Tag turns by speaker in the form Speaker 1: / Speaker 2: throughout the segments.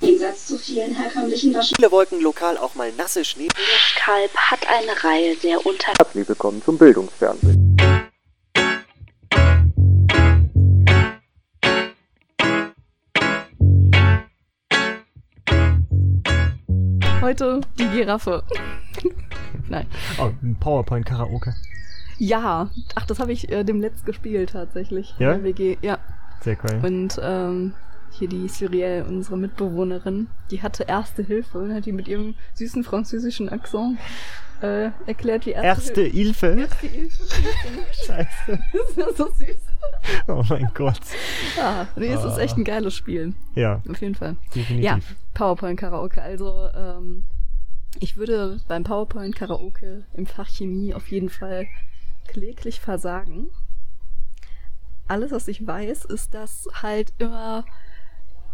Speaker 1: Im Gegensatz zu vielen herkömmlichen Waschen.
Speaker 2: Viele Wolken lokal auch mal nasse Schnee.
Speaker 3: Lichtkalb hat eine Reihe sehr unter...
Speaker 4: Herzlich willkommen zum Bildungsfernsehen.
Speaker 5: Heute die Giraffe. Nein.
Speaker 6: Oh, ein PowerPoint-Karaoke.
Speaker 5: Ja, ach, das habe ich äh, dem Letzt gespielt tatsächlich.
Speaker 6: Ja?
Speaker 5: In der WG, ja.
Speaker 6: Sehr cool.
Speaker 5: Und ähm, hier die Cyrielle, unsere Mitbewohnerin, die hatte Erste Hilfe und hat die mit ihrem süßen französischen Akzent äh, erklärt, wie
Speaker 6: Erste Hilfe.
Speaker 5: Erste Hilfe.
Speaker 6: Scheiße.
Speaker 5: Das ist so süß.
Speaker 6: Oh mein Gott.
Speaker 5: Ah, nee, es ist echt ein geiles Spiel.
Speaker 6: Ja,
Speaker 5: Auf jeden Fall.
Speaker 6: definitiv.
Speaker 5: Ja, PowerPoint-Karaoke. Also, ähm, ich würde beim PowerPoint-Karaoke im Fach Chemie auf jeden Fall kläglich versagen. Alles, was ich weiß, ist, dass halt immer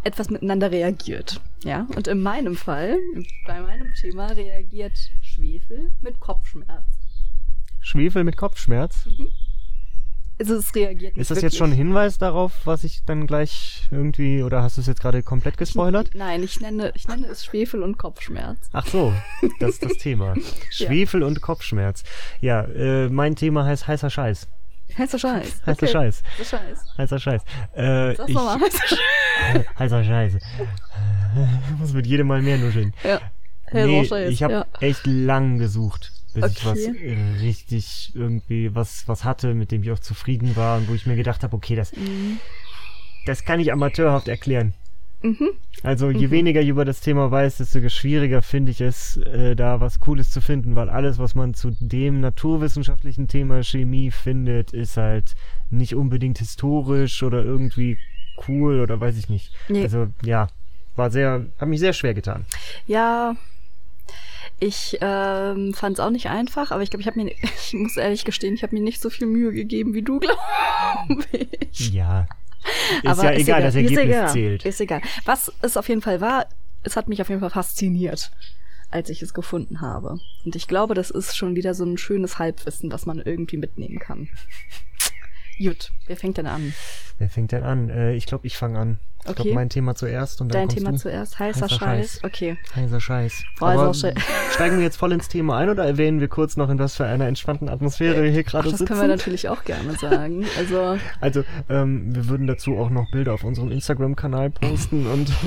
Speaker 5: etwas miteinander reagiert. Ja, und in meinem Fall, bei meinem Thema, reagiert Schwefel mit Kopfschmerz.
Speaker 6: Schwefel mit Kopfschmerz.
Speaker 5: Also, es reagiert nicht
Speaker 6: Ist das
Speaker 5: wirklich.
Speaker 6: jetzt schon ein Hinweis darauf, was ich dann gleich irgendwie, oder hast du es jetzt gerade komplett gespoilert?
Speaker 5: Nein, ich nenne, ich nenne es Schwefel und Kopfschmerz.
Speaker 6: Ach so, das ist das Thema. Schwefel und Kopfschmerz. Ja, äh, mein Thema heißt heißer Scheiß.
Speaker 5: Heißer Scheiß.
Speaker 6: Heißer Scheiß.
Speaker 5: Heißer Scheiß.
Speaker 6: Heißer Scheiß. Äh,
Speaker 5: Sag's
Speaker 6: ich,
Speaker 5: nochmal. Heißer Scheiß.
Speaker 6: heißer Scheiß. Äh, Ich muss mit jedem Mal mehr nuscheln.
Speaker 5: Ja. Hey,
Speaker 6: Nee,
Speaker 5: Rocher jetzt.
Speaker 6: ich habe
Speaker 5: ja.
Speaker 6: echt lang gesucht, bis ich was
Speaker 5: Okay.
Speaker 6: äh, richtig irgendwie was was hatte, mit dem ich auch zufrieden war und wo ich mir gedacht habe, okay, das
Speaker 5: Mhm.
Speaker 6: das kann ich amateurhaft erklären.
Speaker 5: Mhm.
Speaker 6: Also je weniger ich über das Thema weiß, desto schwieriger finde ich es, äh, da was Cooles zu finden, weil alles, was man zu dem naturwissenschaftlichen Thema Chemie findet, ist halt nicht unbedingt historisch oder irgendwie cool oder weiß ich nicht.
Speaker 5: Nee.
Speaker 6: Also ja, war sehr, hat mich sehr schwer getan.
Speaker 5: ja, ich ähm, fand es auch nicht einfach, aber ich glaube, ich habe mir, ich muss ehrlich gestehen, ich habe mir nicht so viel Mühe gegeben wie du, glaube ich.
Speaker 6: Ja. Ist
Speaker 5: aber
Speaker 6: ja egal, das Ergebnis
Speaker 5: ist egal,
Speaker 6: zählt.
Speaker 5: Ist egal. Was es auf jeden Fall war, es hat mich auf jeden Fall fasziniert, als ich es gefunden habe. Und ich glaube, das ist schon wieder so ein schönes Halbwissen, was man irgendwie mitnehmen kann. Gut, wer fängt denn an?
Speaker 6: Wer fängt denn an? Äh, ich glaube, ich fange an. Ich
Speaker 5: Okay.
Speaker 6: glaube, mein Thema zuerst und dann
Speaker 5: Dein
Speaker 6: kommst
Speaker 5: Thema
Speaker 6: du.
Speaker 5: zuerst, heißer,
Speaker 6: Heißer
Speaker 5: Scheiß.
Speaker 6: Scheiß.
Speaker 5: Okay.
Speaker 6: Heißer Scheiß.
Speaker 5: Boah, ist
Speaker 6: Aber
Speaker 5: auch schön.
Speaker 6: Steigen wir jetzt voll ins Thema ein oder erwähnen wir kurz noch, in was für einer entspannten Atmosphäre wir hier
Speaker 5: Ach,
Speaker 6: gerade
Speaker 5: das
Speaker 6: sitzen?
Speaker 5: können wir natürlich auch gerne sagen. Also,
Speaker 6: also, ähm, wir würden dazu auch noch Bilder auf unserem Instagram-Kanal posten und...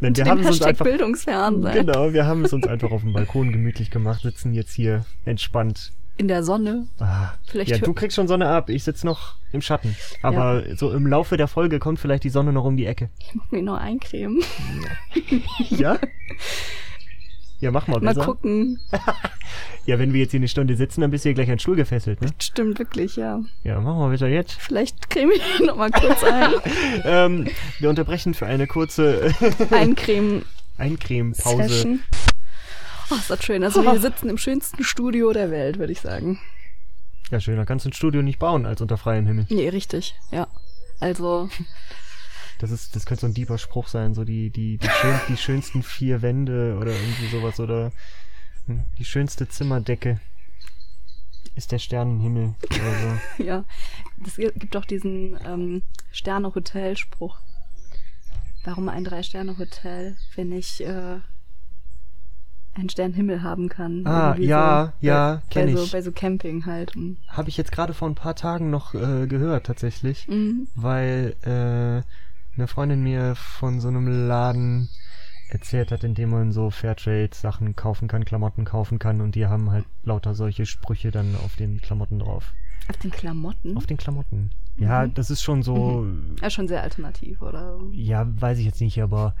Speaker 6: Denn wir
Speaker 5: dem
Speaker 6: haben es uns
Speaker 5: Hashtag
Speaker 6: einfach...
Speaker 5: Bildungsfernsehen.
Speaker 6: Genau, wir haben es uns einfach auf dem Balkon gemütlich gemacht, sitzen jetzt hier entspannt
Speaker 5: In der Sonne.
Speaker 6: Ah,
Speaker 5: Vielleicht
Speaker 6: ja,
Speaker 5: hö-
Speaker 6: du kriegst schon Sonne ab, ich sitze noch im Schatten. Aber so im Laufe der Folge kommt vielleicht die Sonne noch um die Ecke.
Speaker 5: Mir noch eincremen.
Speaker 6: Ja? Ja, mach mal
Speaker 5: Mal
Speaker 6: besser.
Speaker 5: gucken.
Speaker 6: ja, wenn wir jetzt hier eine Stunde sitzen, dann bist du hier gleich an den Stuhl gefesselt, ne?
Speaker 5: Stimmt wirklich, ja.
Speaker 6: Ja, mach mal bitte jetzt.
Speaker 5: Vielleicht creme ich noch mal kurz ein.
Speaker 6: ähm, wir unterbrechen für eine kurze
Speaker 5: Eincremen-Session.
Speaker 6: Eincreme-Pause.
Speaker 5: Oh, ist das schön. Also wir sitzen im schönsten Studio der Welt, würde ich sagen.
Speaker 6: Ja, schön, da kannst du ein Studio nicht bauen als unter freiem Himmel.
Speaker 5: Nee, richtig. Ja. Also,
Speaker 6: Das ist, das könnte so ein deeper Spruch sein, so die, die, die, schön, die schönsten vier Wände oder irgendwie sowas oder hm, die schönste Zimmerdecke ist der Sternenhimmel oder so.
Speaker 5: ja. Es gibt doch diesen ähm, Sterne-Hotel-Spruch. Warum ein Drei-Sterne-Hotel, wenn ich äh, einen Sternhimmel haben kann?
Speaker 6: Ah,
Speaker 5: Irgendwie
Speaker 6: ja, ja,
Speaker 5: bei-
Speaker 6: kenn
Speaker 5: bei So,
Speaker 6: ich.
Speaker 5: bei so Camping halt. Mhm.
Speaker 6: Habe ich jetzt gerade vor ein paar Tagen noch äh, gehört tatsächlich,
Speaker 5: Mhm.
Speaker 6: weil äh, eine Freundin mir von so einem Laden erzählt hat, in dem man so Fairtrade-Sachen kaufen kann, Klamotten kaufen kann und die haben halt lauter solche Sprüche dann auf den Klamotten drauf.
Speaker 5: Auf den Klamotten?
Speaker 6: Auf den Klamotten. Ja, das ist schon so,
Speaker 5: ja, schon sehr alternativ, oder?
Speaker 6: ja, weiß ich jetzt nicht, aber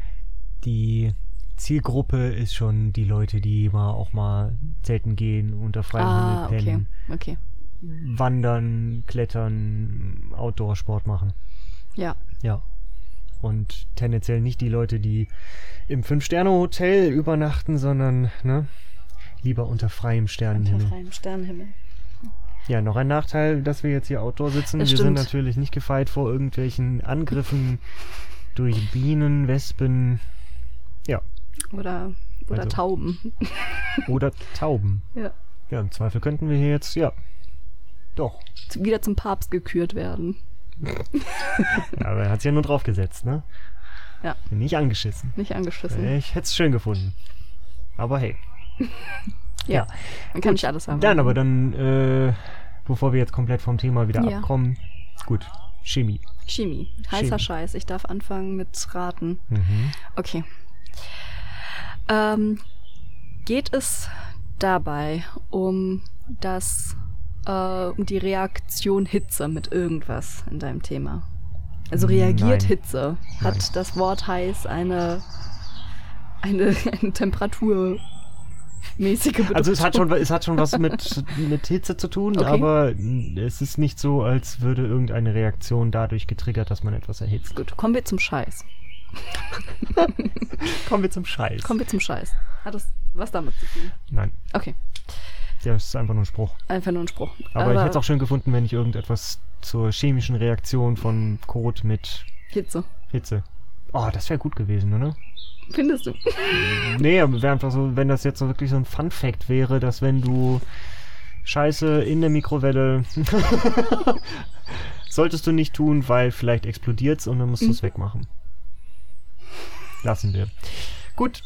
Speaker 6: die Zielgruppe ist schon die Leute, die mal auch mal zelten gehen, unter freiem
Speaker 5: ah,
Speaker 6: Himmel pennen.
Speaker 5: okay. Okay.
Speaker 6: Wandern, Klettern, Outdoor-Sport machen.
Speaker 5: Ja.
Speaker 6: Ja. Und tendenziell nicht die Leute, die im Fünf-Sterne-Hotel übernachten, sondern ne, lieber unter freiem
Speaker 5: Unter
Speaker 6: Sternenhimmel.
Speaker 5: freiem Sternenhimmel.
Speaker 6: Ja, noch ein Nachteil, dass wir jetzt hier Outdoor sitzen.
Speaker 5: Das
Speaker 6: wir
Speaker 5: stimmt.
Speaker 6: sind natürlich nicht gefeit vor irgendwelchen Angriffen durch Bienen, Wespen ja,
Speaker 5: Oder, oder
Speaker 6: Also-
Speaker 5: Tauben.
Speaker 6: oder Tauben.
Speaker 5: Ja.
Speaker 6: Ja, im Zweifel könnten wir hier jetzt, ja, doch.
Speaker 5: Zu- Wieder zum Papst gekürt werden.
Speaker 6: Ja, Aber er hat ja nur draufgesetzt, ne?
Speaker 5: Ja. Hm.
Speaker 6: Bin nicht angeschissen.
Speaker 5: Nicht angeschissen.
Speaker 6: Ich hätte es schön gefunden. Aber hey.
Speaker 5: ja.
Speaker 6: ja.
Speaker 5: Man
Speaker 6: Gut,
Speaker 5: kann nicht alles haben.
Speaker 6: Dann aber dann, äh, bevor wir jetzt komplett vom Thema wieder
Speaker 5: Ja.
Speaker 6: abkommen. Gut, Chemie.
Speaker 5: Chemie.
Speaker 6: Chemie.
Speaker 5: Heißer Scheiß. Ich darf anfangen mit Raten.
Speaker 6: Mhm.
Speaker 5: Okay. Ähm, geht es dabei um das, äh, um die Reaktion Hitze mit irgendwas in deinem Thema? Also reagiert
Speaker 6: Hm, Nein.
Speaker 5: Hitze? Hat
Speaker 6: Nein.
Speaker 5: das Wort heiß eine, eine, eine temperaturmäßige Bedeutung?
Speaker 6: Also es hat schon, es hat schon was mit, mit Hitze zu tun,
Speaker 5: Okay.
Speaker 6: aber es ist nicht so, als würde irgendeine Reaktion dadurch getriggert, dass man etwas erhitzt.
Speaker 5: Gut, kommen wir zum Scheiß.
Speaker 6: Kommen wir zum Scheiß.
Speaker 5: Kommen wir zum Scheiß. Hat das was damit zu tun?
Speaker 6: Nein,
Speaker 5: Okay,
Speaker 6: ja, es ist einfach nur ein Spruch.
Speaker 5: einfach nur ein Spruch.
Speaker 6: Aber, ich hätte es auch schön gefunden, wenn ich irgendetwas zur chemischen Reaktion von Kot mit
Speaker 5: Hitze.
Speaker 6: Hitze. Oh, das wäre gut gewesen, oder?
Speaker 5: Findest du?
Speaker 6: Nee, aber wäre einfach so, wenn das jetzt so wirklich so ein Fun Fact wäre, dass wenn du Scheiße in der Mikrowelle solltest du nicht tun, weil vielleicht explodiert's und dann musst du es wegmachen. Lassen wir. Gut.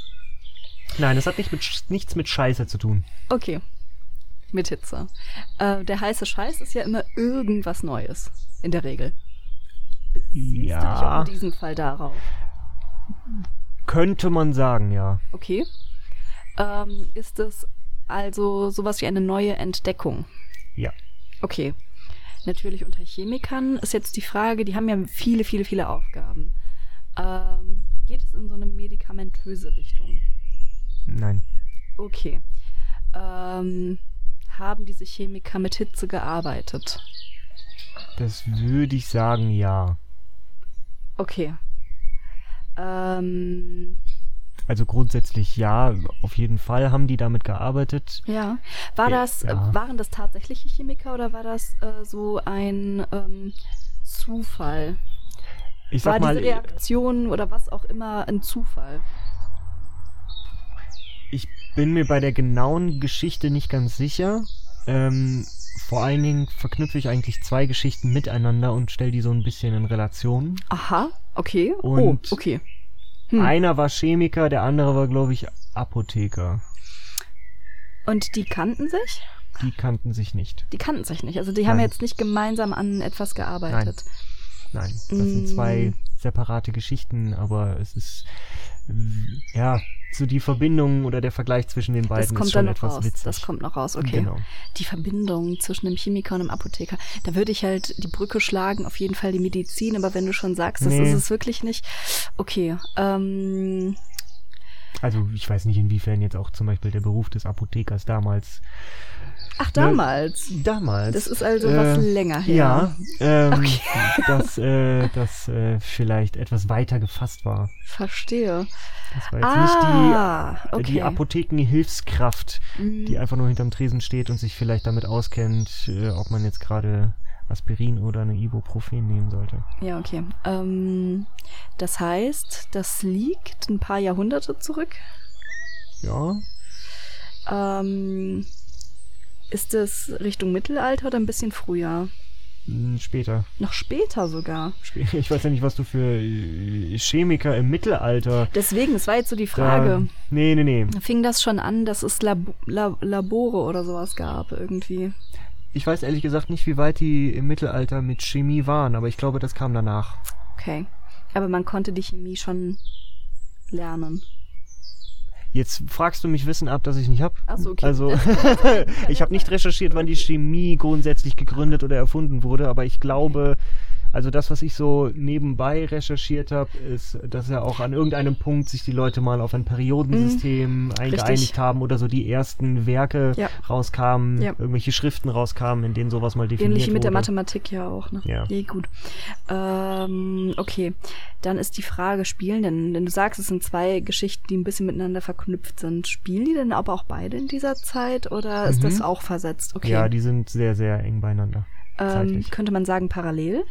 Speaker 6: Nein, das hat nicht mit, Sch- nichts mit Scheiße zu tun.
Speaker 5: Okay. Mit Hitze. Äh, der heiße Scheiß ist ja immer irgendwas Neues. In der Regel. Siehst du dich auch
Speaker 6: Ja,
Speaker 5: in diesem Fall darauf?
Speaker 6: könnte man sagen, ja.
Speaker 5: Okay. Ähm, ist es also sowas wie eine neue Entdeckung?
Speaker 6: Ja.
Speaker 5: Okay. Natürlich unter Chemikern ist jetzt die Frage, die haben ja viele, viele, viele Aufgaben. Ähm, geht es in so eine medikamentöse Richtung?
Speaker 6: Nein.
Speaker 5: Okay. Ähm, haben diese Chemiker mit Hitze gearbeitet?
Speaker 6: Das würde ich sagen, ja.
Speaker 5: Okay. Ähm,
Speaker 6: Also grundsätzlich ja, auf jeden Fall haben die damit gearbeitet.
Speaker 5: ja. War
Speaker 6: Ja.
Speaker 5: das, äh, waren das tatsächliche Chemiker oder war das äh, so ein ähm, Zufall?
Speaker 6: Ich
Speaker 5: war
Speaker 6: sag mal,
Speaker 5: diese Reaktion oder was auch immer ein Zufall?
Speaker 6: Ich bin mir bei der genauen Geschichte nicht ganz sicher. Ähm, vor allen Dingen verknüpfe ich eigentlich zwei Geschichten miteinander und stelle die so ein bisschen in Relation.
Speaker 5: Aha, okay.
Speaker 6: Und-
Speaker 5: oh, okay. Hm.
Speaker 6: Einer war Chemiker, der andere war, glaube ich, Apotheker.
Speaker 5: Und die kannten sich?
Speaker 6: Die kannten sich nicht.
Speaker 5: Die kannten sich nicht. Also die haben
Speaker 6: Nein.
Speaker 5: jetzt nicht gemeinsam an etwas gearbeitet.
Speaker 6: Nein, das sind
Speaker 5: Mm.
Speaker 6: zwei separate Geschichten, aber es ist äh, ja so die Verbindung oder der Vergleich zwischen den beiden
Speaker 5: Das kommt
Speaker 6: ist schon
Speaker 5: dann noch
Speaker 6: etwas
Speaker 5: raus.
Speaker 6: witzig.
Speaker 5: Das kommt noch raus, okay.
Speaker 6: Genau.
Speaker 5: die Verbindung zwischen einem Chemiker und einem Apotheker. Da würde ich halt die Brücke schlagen, auf jeden Fall die Medizin, aber wenn du schon sagst, das
Speaker 6: Nee.
Speaker 5: ist es wirklich nicht. Okay, ähm,
Speaker 6: Also ich weiß nicht, inwiefern jetzt auch zum Beispiel der Beruf des Apothekers damals.
Speaker 5: ach, damals.
Speaker 6: Damals.
Speaker 5: Das ist also was
Speaker 6: äh,
Speaker 5: länger
Speaker 6: Ja,
Speaker 5: her.
Speaker 6: ähm,
Speaker 5: Okay.
Speaker 6: dass äh, das äh, vielleicht etwas weiter gefasst war.
Speaker 5: Verstehe.
Speaker 6: Das war jetzt
Speaker 5: Ah,
Speaker 6: nicht die,
Speaker 5: okay. Mhm.
Speaker 6: die Apothekenhilfskraft, die einfach nur hinterm Tresen steht und sich vielleicht damit auskennt, äh, ob man jetzt gerade Aspirin oder eine Ibuprofen nehmen sollte.
Speaker 5: Ja, okay. Ähm, das heißt, das liegt ein paar Jahrhunderte zurück.
Speaker 6: Ja,
Speaker 5: Ähm, ist es Richtung Mittelalter oder ein bisschen früher?
Speaker 6: mh, Hm, später.
Speaker 5: Noch später sogar.
Speaker 6: Spä- Ich weiß ja nicht, was du für äh, Chemiker im Mittelalter.
Speaker 5: Deswegen, es war jetzt so die
Speaker 6: da-
Speaker 5: Frage.
Speaker 6: nee, nee, nee.
Speaker 5: fing das schon an, dass es Lab La- Labore oder sowas gab irgendwie.
Speaker 6: Ich weiß ehrlich gesagt nicht, wie weit die im Mittelalter mit Chemie waren, aber ich glaube, das kam danach.
Speaker 5: Okay. Aber man konnte die Chemie schon lernen.
Speaker 6: Jetzt fragst du mich Wissen ab, das ich nicht habe.
Speaker 5: Ach so, okay.
Speaker 6: Also, ich habe nicht recherchiert, wann die Chemie grundsätzlich gegründet oder erfunden wurde, aber ich glaube, also das, was ich so nebenbei recherchiert habe, ist, dass ja auch an irgendeinem Punkt sich die Leute mal auf ein Periodensystem eingeeinigt
Speaker 5: Mhm. richtig.
Speaker 6: haben oder so die ersten Werke
Speaker 5: Ja.
Speaker 6: rauskamen,
Speaker 5: Ja.
Speaker 6: irgendwelche Schriften rauskamen, in denen sowas mal definiert
Speaker 5: Ähnlich wie
Speaker 6: wurde.
Speaker 5: mit der Mathematik ja auch, ne?
Speaker 6: Ja.
Speaker 5: Nee, gut. Ähm, okay. Dann ist die Frage, spielen denn, denn du sagst, es sind zwei Geschichten, die ein bisschen miteinander verknüpft sind. Spielen die denn aber auch beide in dieser Zeit oder ist
Speaker 6: Mhm.
Speaker 5: das auch versetzt? Okay.
Speaker 6: Ja, die sind sehr, sehr eng beieinander.
Speaker 5: ähm,
Speaker 6: zeitlich.
Speaker 5: könnte man sagen, parallel?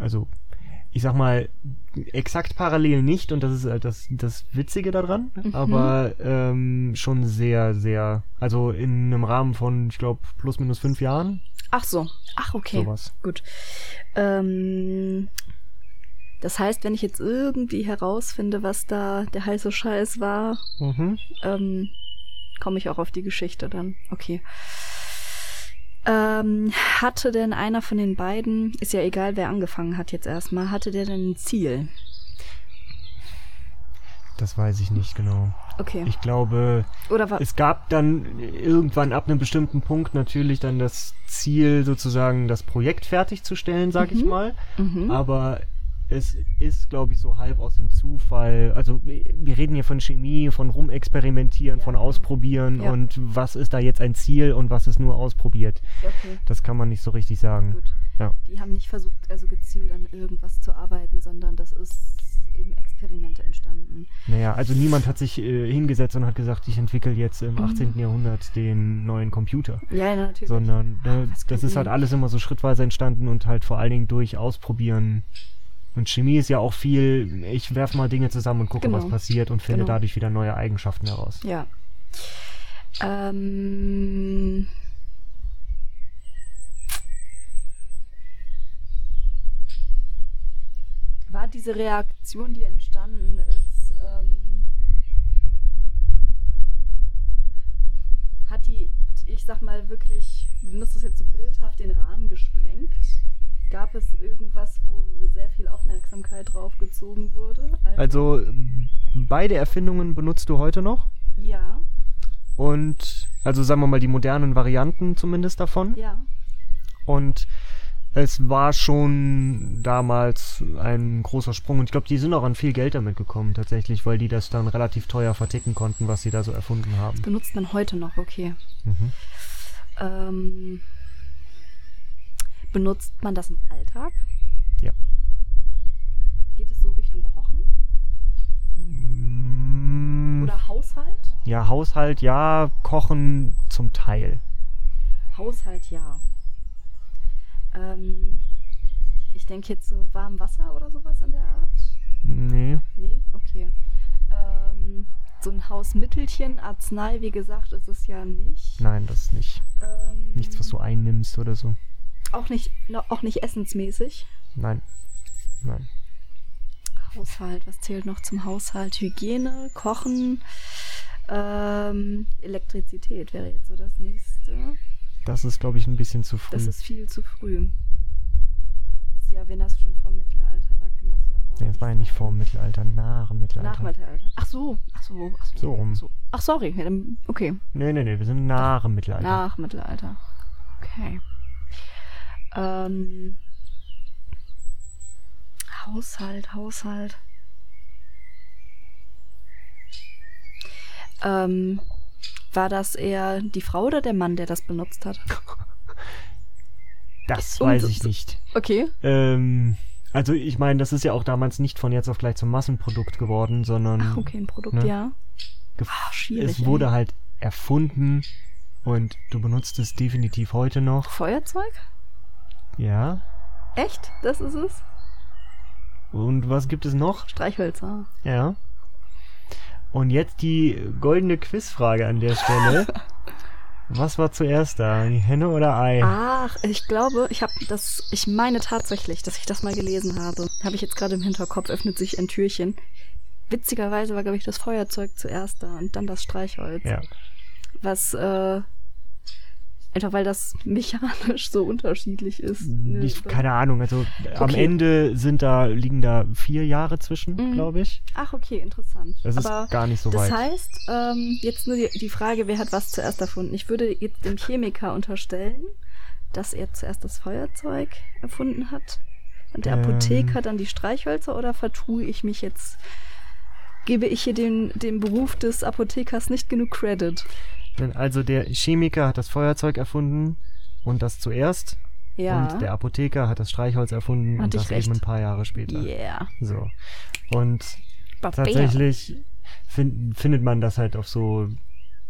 Speaker 6: also ich sag mal, exakt parallel nicht und das ist halt das, das Witzige daran, aber ähm, schon sehr, sehr, also in einem Rahmen von, ich glaube, plus minus fünf Jahren,
Speaker 5: Ach so. Ach, okay.
Speaker 6: sowas.
Speaker 5: Gut. Ähm, Das heißt, wenn ich jetzt irgendwie herausfinde, was da der heiße Scheiß war,
Speaker 6: Mhm.
Speaker 5: ähm, komme ich auch auf die Geschichte dann. Okay. Ähm, hatte denn einer von den beiden, ist ja egal, wer angefangen hat jetzt erstmal, hatte der denn ein Ziel?
Speaker 6: Das weiß ich nicht genau.
Speaker 5: Okay.
Speaker 6: Ich glaube,
Speaker 5: Oder war.
Speaker 6: es gab dann irgendwann ab einem bestimmten Punkt natürlich dann das Ziel, sozusagen das Projekt fertigzustellen, sag ich
Speaker 5: Mhm.
Speaker 6: mal.
Speaker 5: Mhm.
Speaker 6: Aber es ist, glaube ich, so halb aus dem Zufall. Also wir reden hier von Chemie, von Rumexperimentieren,
Speaker 5: Ja,
Speaker 6: von
Speaker 5: genau.
Speaker 6: Ausprobieren
Speaker 5: Ja.
Speaker 6: und was ist da jetzt ein Ziel und was ist nur ausprobiert.
Speaker 5: Okay,
Speaker 6: Das kann man nicht so richtig sagen.
Speaker 5: gut.
Speaker 6: Ja.
Speaker 5: Die haben nicht versucht, also gezielt an irgendwas zu arbeiten, sondern das ist eben Experimente entstanden.
Speaker 6: Naja, also niemand hat sich äh, hingesetzt und hat gesagt, ich entwickle jetzt
Speaker 5: Mhm.
Speaker 6: im 18. Jahrhundert den neuen Computer.
Speaker 5: Ja, natürlich.
Speaker 6: Sondern ne,
Speaker 5: Ah, was
Speaker 6: das
Speaker 5: könnten
Speaker 6: ist halt
Speaker 5: wir-
Speaker 6: alles immer so schrittweise entstanden und halt vor allen Dingen durch Ausprobieren. Und Chemie ist ja auch viel, ich werfe mal Dinge zusammen und gucke,
Speaker 5: Genau.
Speaker 6: was passiert und finde
Speaker 5: Genau.
Speaker 6: dadurch wieder neue Eigenschaften heraus.
Speaker 5: Ja. Ähm. War diese Reaktion, die entstanden ist, ähm, hat die, ich sag mal wirklich, ich benutze das jetzt so bildhaft, den Rahmen gesprengt? Gab es irgendwas, wo sehr viel Aufmerksamkeit drauf gezogen wurde?
Speaker 6: Also beide Erfindungen benutzt du heute noch
Speaker 5: ja,
Speaker 6: und also sagen wir mal die modernen Varianten zumindest davon.
Speaker 5: ja.
Speaker 6: Und es war schon damals ein großer Sprung. Und ich glaube, die sind auch an viel Geld damit gekommen tatsächlich, weil die das dann relativ teuer verticken konnten, was sie da so erfunden haben.
Speaker 5: Benutzt man heute noch, okay.
Speaker 6: Mhm.
Speaker 5: Ähm, benutzt man das im Alltag?
Speaker 6: Ja.
Speaker 5: Geht es so Richtung Kochen
Speaker 6: Mm,
Speaker 5: oder Haushalt?
Speaker 6: Ja, Haushalt ja, Kochen zum Teil.
Speaker 5: Haushalt ja. Ähm, ich denke jetzt so warm Wasser oder sowas in der Art.
Speaker 6: Nee.
Speaker 5: Nee, okay. Ähm, so ein Hausmittelchen, Arznei, wie gesagt, ist es ja nicht.
Speaker 6: Nein, das nicht.
Speaker 5: Ähm,
Speaker 6: Nichts, was du einnimmst oder so.
Speaker 5: Auch nicht, auch nicht essensmäßig.
Speaker 6: Nein. Nein.
Speaker 5: Haushalt, was zählt noch zum Haushalt? Hygiene, Kochen, ähm, Elektrizität wäre jetzt so das nächste.
Speaker 6: Das ist, glaube ich, ein bisschen zu früh.
Speaker 5: Das ist viel zu früh. Ja, wenn das schon vor Mittelalter war, kann das ja auch.
Speaker 6: nee, das war ja nicht vor dem Mittelalter, nach dem Mittelalter.
Speaker 5: Mittelalter. Nach Mittelalter. Ach so, ach so, ach so.
Speaker 6: So rum.
Speaker 5: So. Ach, sorry. ja, dann- Okay,
Speaker 6: Nee, nee, nee, wir sind nach dem Mittelalter.
Speaker 5: nach Mittelalter. Okay. Ähm, Haushalt, Haushalt. Ähm, war das eher die Frau oder der Mann, der das benutzt hat?
Speaker 6: Das
Speaker 5: Und-
Speaker 6: weiß ich nicht.
Speaker 5: Okay.
Speaker 6: Ähm, also ich meine, das ist ja auch damals nicht von jetzt auf gleich zum Massenprodukt geworden, sondern
Speaker 5: Ach, okay, ein Produkt,
Speaker 6: Ne?
Speaker 5: ja.
Speaker 6: gef-
Speaker 5: Ah, schwierig.
Speaker 6: es wurde
Speaker 5: ey.
Speaker 6: halt erfunden und du benutzt es definitiv heute noch.
Speaker 5: Feuerzeug?
Speaker 6: Ja.
Speaker 5: Echt? Das ist es?
Speaker 6: Und was gibt es noch?
Speaker 5: Streichhölzer.
Speaker 6: Ja. Und jetzt die goldene Quizfrage an der Stelle. was war zuerst da? Die Henne oder Ei?
Speaker 5: Ach, ich glaube, ich habe das, ich meine tatsächlich, dass ich das mal gelesen habe. Habe ich jetzt gerade im Hinterkopf, öffnet sich ein Türchen. Witzigerweise war, glaube ich, das Feuerzeug zuerst da und dann das Streichholz.
Speaker 6: Ja.
Speaker 5: Was, äh, einfach weil das mechanisch so unterschiedlich ist. Ne,
Speaker 6: Ich,
Speaker 5: oder-
Speaker 6: keine Ahnung, also am
Speaker 5: Okay.
Speaker 6: Ende sind da, liegen da vier Jahre zwischen,
Speaker 5: Mhm.
Speaker 6: glaube ich.
Speaker 5: Ach, okay, interessant.
Speaker 6: Das ist
Speaker 5: Aber
Speaker 6: gar nicht so
Speaker 5: das
Speaker 6: weit.
Speaker 5: heißt, ähm, jetzt nur die, die Frage, wer hat was zuerst erfunden? Ich würde jetzt dem Chemiker unterstellen, dass er zuerst das Feuerzeug erfunden hat und der
Speaker 6: Ähm.
Speaker 5: Apotheker dann die Streichhölzer oder vertue ich mich jetzt? Gebe ich hier den, dem Beruf des Apothekers nicht genug Credit?
Speaker 6: Denn also der Chemiker hat das Feuerzeug erfunden und das zuerst.
Speaker 5: Ja.
Speaker 6: Und der Apotheker hat das Streichholz erfunden
Speaker 5: Hatte
Speaker 6: und
Speaker 5: ich
Speaker 6: das
Speaker 5: recht.
Speaker 6: eben ein paar Jahre später.
Speaker 5: yeah.
Speaker 6: So. Und
Speaker 5: Bam,
Speaker 6: tatsächlich fin findet man das halt auf so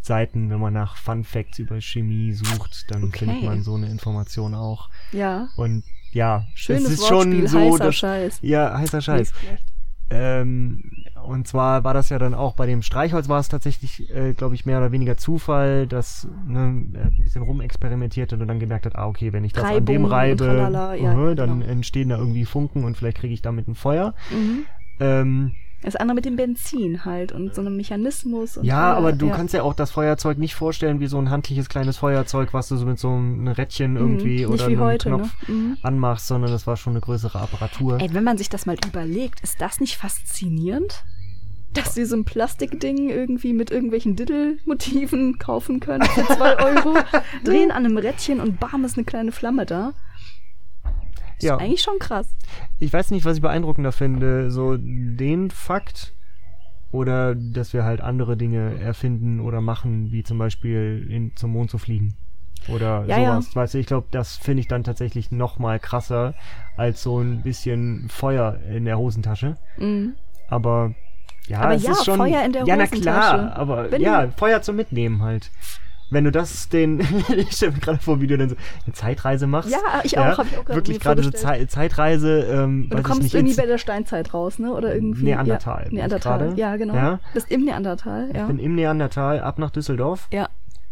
Speaker 6: Seiten, wenn man nach Fun Facts über Chemie sucht, dann
Speaker 5: Okay.
Speaker 6: findet man so eine Information auch.
Speaker 5: bam. Ja.
Speaker 6: Und ja,
Speaker 5: Schönes
Speaker 6: es ist
Speaker 5: Wortspiel,
Speaker 6: schon so,
Speaker 5: heißer
Speaker 6: dass,
Speaker 5: Scheiß.
Speaker 6: ja heißer Scheiß.
Speaker 5: Nicht schlecht.
Speaker 6: Ähm, Und zwar war das ja dann auch bei dem Streichholz war es tatsächlich, äh, glaube ich, mehr oder weniger Zufall, dass ne, er ein bisschen rumexperimentiert hat und dann gemerkt hat, ah, okay, wenn ich das an
Speaker 5: Reibung
Speaker 6: dem
Speaker 5: und
Speaker 6: reibe,
Speaker 5: tralala, ja,
Speaker 6: mhm, dann
Speaker 5: genau.
Speaker 6: entstehen da irgendwie Funken und vielleicht kriege ich damit ein Feuer.
Speaker 5: Mhm.
Speaker 6: Ähm,
Speaker 5: Das andere mit dem Benzin halt und so einem Mechanismus. Und
Speaker 6: ja,
Speaker 5: tralala,
Speaker 6: aber du kannst ja auch das Feuerzeug nicht vorstellen wie so ein handliches kleines Feuerzeug, was du so mit so einem ne Rädchen irgendwie
Speaker 5: Mhm, nicht
Speaker 6: oder
Speaker 5: wie
Speaker 6: einem
Speaker 5: heute,
Speaker 6: Knopf
Speaker 5: ne? Mhm.
Speaker 6: anmachst, sondern das war schon eine größere Apparatur.
Speaker 5: Ey, wenn man sich das mal überlegt, ist das nicht faszinierend? Dass wir so ein Plastikding irgendwie mit irgendwelchen Diddle-Motiven kaufen können für 2 Euro, drehen an einem Rädchen und bam, ist eine kleine Flamme da. Ist
Speaker 6: Ja.
Speaker 5: eigentlich schon krass.
Speaker 6: ich weiß nicht, was ich beeindruckender finde. So den Fakt oder dass wir halt andere Dinge erfinden oder machen, wie zum Beispiel in, zum Mond zu fliegen. Oder
Speaker 5: Ja, ja.
Speaker 6: sowas. Weißt du, ich glaube, das finde ich dann tatsächlich noch mal krasser als so ein bisschen Feuer in der Hosentasche.
Speaker 5: Mhm.
Speaker 6: Aber ja,
Speaker 5: Aber
Speaker 6: es
Speaker 5: ja,
Speaker 6: ist schon.
Speaker 5: Feuer in der
Speaker 6: ja, na
Speaker 5: Hosentasche.
Speaker 6: klar, aber
Speaker 5: Wenn
Speaker 6: ja,
Speaker 5: du-
Speaker 6: Feuer zum Mitnehmen halt. Wenn du das den, ich stelle mir gerade vor, wie du dann so eine Zeitreise machst.
Speaker 5: Ja, ich auch, hab ich auch gerade
Speaker 6: Wirklich
Speaker 5: mir
Speaker 6: gerade so Zei-
Speaker 5: vorgestellt.
Speaker 6: Zeitreise, ähm,
Speaker 5: Und
Speaker 6: weiß
Speaker 5: du
Speaker 6: ich
Speaker 5: kommst
Speaker 6: nicht,
Speaker 5: irgendwie
Speaker 6: ins-
Speaker 5: bei der Steinzeit raus, ne? Oder irgendwie.
Speaker 6: Neandertal
Speaker 5: Ja,
Speaker 6: bin ich
Speaker 5: Neandertal,
Speaker 6: gerade.
Speaker 5: ja, genau.
Speaker 6: Ja.
Speaker 5: Bist im Neandertal, ja.
Speaker 6: bin im Neandertal, ab nach Düsseldorf,
Speaker 5: Ja.